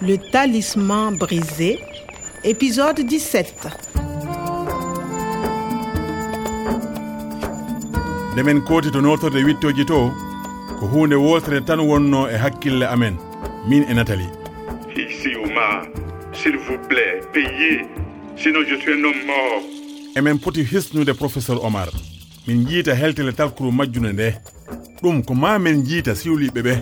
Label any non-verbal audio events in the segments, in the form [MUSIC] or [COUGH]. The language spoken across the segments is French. Le talisman brisé, épisode 17. nde men kootito nortorde wittoji to ko hunde wotere tan wonno e hakkille amen min e natali Ici Ouma, s'il vous plaît, payez, sinon je suis un homme mort. emen poti hisnude professeur omar min jiita heltele talkuru majjunde nde ɗum ko ma men jiita siwliɓe ɓe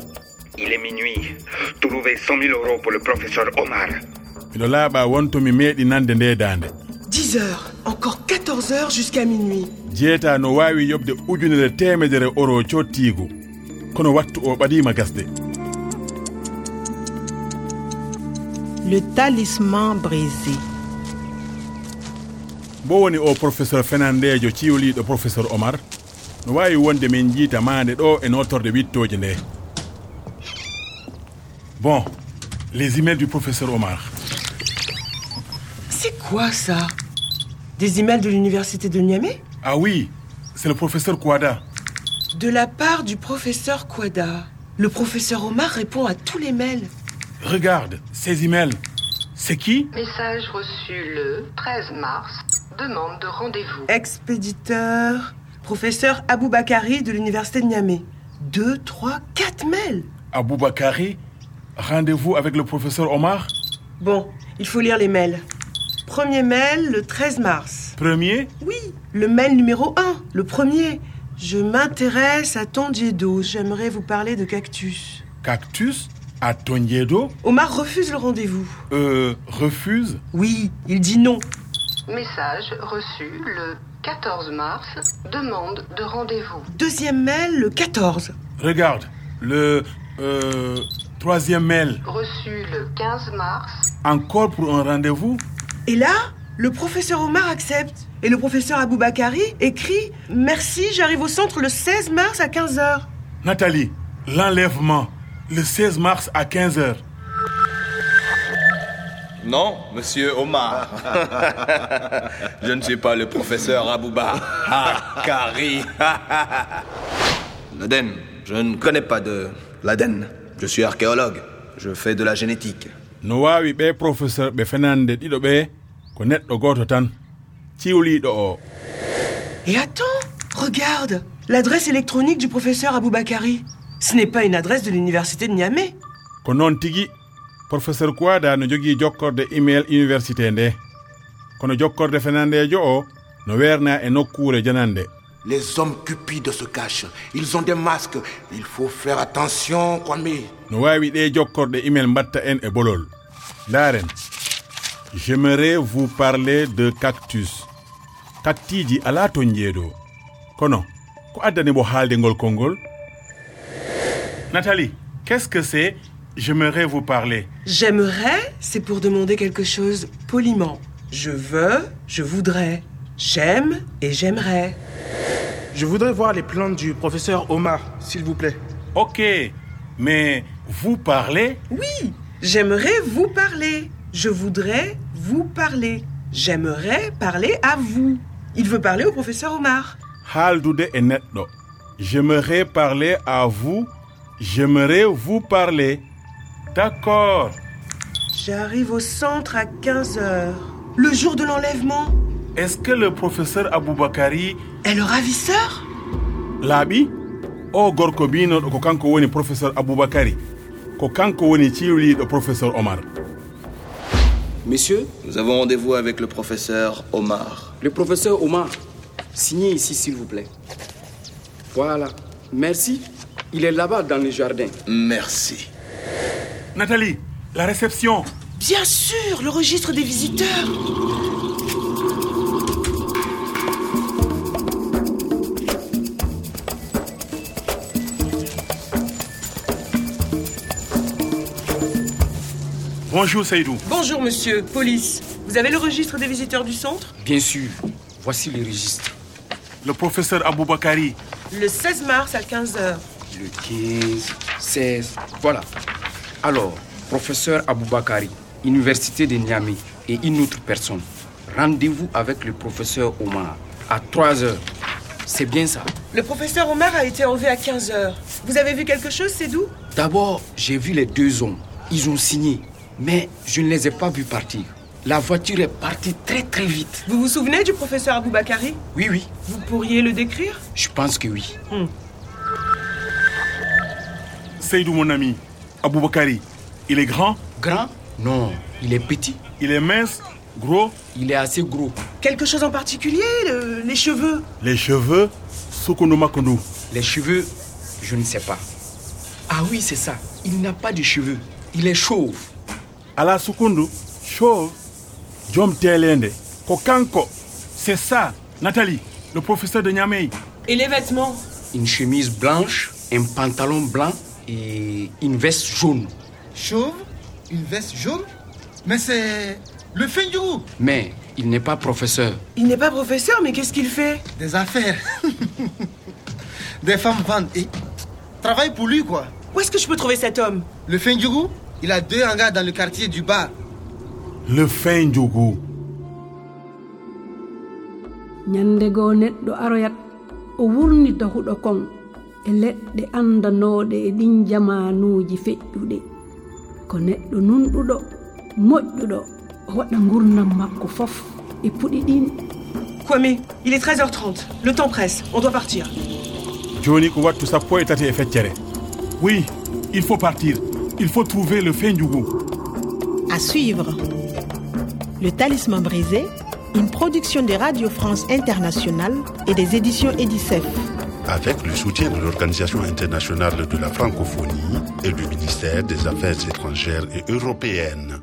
Il est minuit. Trouvez 100 000 euros pour le professeur Omar. miɗo laaɓa wontomi meeɗi nande nde daande 10 heures, encore 14 heures jusqu'à minuit. jeeta no waawi yoɓde ujunere temedere oro cottiigu kono wattu o ɓadiima gasde Le talisman brisé. mbo woni o professeur fenandejo ciwliɗo professeur omar no waawi wonde min jiita maande ɗo e nottorde wittoje nde bon les emails du professeur omar C'est quoi ça Des emails de l'université de Niamey ah oui c'est le professeur Kouada. De la part du professeur Kwada. Le professeur Omar répond à tous les mails. regarde ces emails c'est qui Message reçu le 13 mars. Demande de rendez-vous. Expéditeur, professeur Aboubakari de l'université de Niamey. Deux, trois, quatre mails. aboubakari rendez-vous avec le professeur omar Bon, il faut lire les mails. Premier mail le 13 mars. premier Oui, le mail numéro 1, le premier. Je m'intéresse à Tondiedo, j'aimerais vous parler de cactus. cactus à Tongiedo Omar refuse le rendez-vous. euh, refuse Oui, il dit non. Message reçu le 14 mars. Demande de rendez-vous. Deuxième mail le 14. regarde le euh, troisième mail Reçu le 15 mars. encore pour un rendez-vous Et là, le professeur Omar accepte. Et le professeur Aboubakari écrit Merci, j'arrive au centre le 16 mars à 15h. Nathalie, l'enlèvement, le 16 mars à 15h. Non, monsieur Omar. [LAUGHS] Je ne suis pas le professeur Abouba. Ah, Kari. [LAUGHS] L'Aden. Je ne connais pas de l'Aden. Je suis archéologue. Je fais de la génétique. no wawi ɓe professeur ɓe fenande ɗiɗo ɓe ko neɗɗo goto tan ciwliɗo o Et attends, regarde L'adresse électronique du professeur Aboubakari. Ce n'est pas une adresse de l'université de Niamey. ko noon tigui professeur kouada no jogui jokkorde email université nde kono jokkorde fenandejo o no werna e nokkure janande Les hommes cupides se cachent. Ils ont des masques. Il faut faire attention, Kwame. no wawi ɗe jokkorde email mbatta en e bolol laren j'aimerais vous parler de cactus kattiji ala ton jeeɗo kono ko addani mo haalde ngol konngol nathalie qu'est ce que c'est j'aimerais vous parler J'aimerais, c'est pour demander quelque chose poliment. Je veux, je voudrais. J'aime et j'aimerais. Je voudrais voir les plans du professeur Omar, s'il vous plaît. ok mais vous parlez Oui, j'aimerais vous parler. Je voudrais vous parler. J'aimerais parler à vous. Il veut parler au professeur Omar. haaldude e neɗɗo j'aimerais parler à vous j'aimerais vous parler d'accord J'arrive au centre à 15h. Le jour de l'enlèvement. est ce que le professeur aboubacary Et le ravisseur laaɓi o gorko mbinoɗo ko kanko woni professeur aboubacary ko kanko woni ciwliɗo professeur omar Messieurs, Nous avons rendez-vous avec le professeur Omar. le professeur Omar, signez ici s'il vous plaît. Voilà, merci. Il est là-bas dans le jardin. Merci. nathalie la réception Bien sûr, le registre des visiteurs. bonjour seydou Bonjour monsieur, police. Vous avez le registre des visiteurs du centre Bien sûr, voici le registre. le professeur aboubacary Le 16 mars à 15h. Le 15, 16, voilà. Alors, professeur Aboubakari, Université de Niamey et une autre personne. Rendez-vous avec le professeur Omar à 3 heures. C'est bien ça. Le professeur Omar a été enlevé à 15h. Vous avez vu quelque chose, c'est doux D'abord, j'ai vu les deux hommes. Ils ont signé. Mais je ne les ai pas vus partir. La voiture est partie très très vite. Vous vous souvenez du professeur Aboubakari Oui, oui, Vous pourriez le décrire je pense que oui. Seydou, mon ami, Aboubakari, il est grand, Grand Non, il est petit. il est mince, gros, Il est assez gros. Quelque chose en particulier le- Les cheveux les cheveux, Soukoundou Makoundou. Les cheveux, je ne sais pas. Ah oui, c'est ça. Il n'a pas de cheveux. Il est chauve. ala sukundu chauve jom telende ko kanko c'est ça nathalie le professeur de niamey Et les vêtements Une chemise blanche, un pantalon blanc et une veste jaune. Chauve, une veste jaune. Mais c'est le fin du groupe Mais il n'est pas professeur. Il n'est pas professeur, mais qu'est-ce qu'il fait des affaires. [LAUGHS] des femmes vendent et travaillent pour lui, quoi. Où est-ce que je peux trouver cet homme Le fin du groupe, il a deux hangars dans le quartier du bar. le fin jogu ñande goo neɗɗo aroyat o wurni dahuɗo kon e leɗɗe andanooɗe e ɗin jamanuuji feƴƴuɗe ko neɗɗo nunɗuɗo moƴƴuɗo o waɗa ngurnam makko fof e puɗi ɗin Kwame, il est 13h30. Le temps presse, on doit partir. joni ko wattu sappo e tati e feccere oui il faut partir il faut trouver le fin jogu À suivre. Le Talisman brisé, une production de Radio France Internationale et des éditions Edicef. avec le soutien de l'Organisation internationale de la francophonie et du ministère des Affaires étrangères et européennes.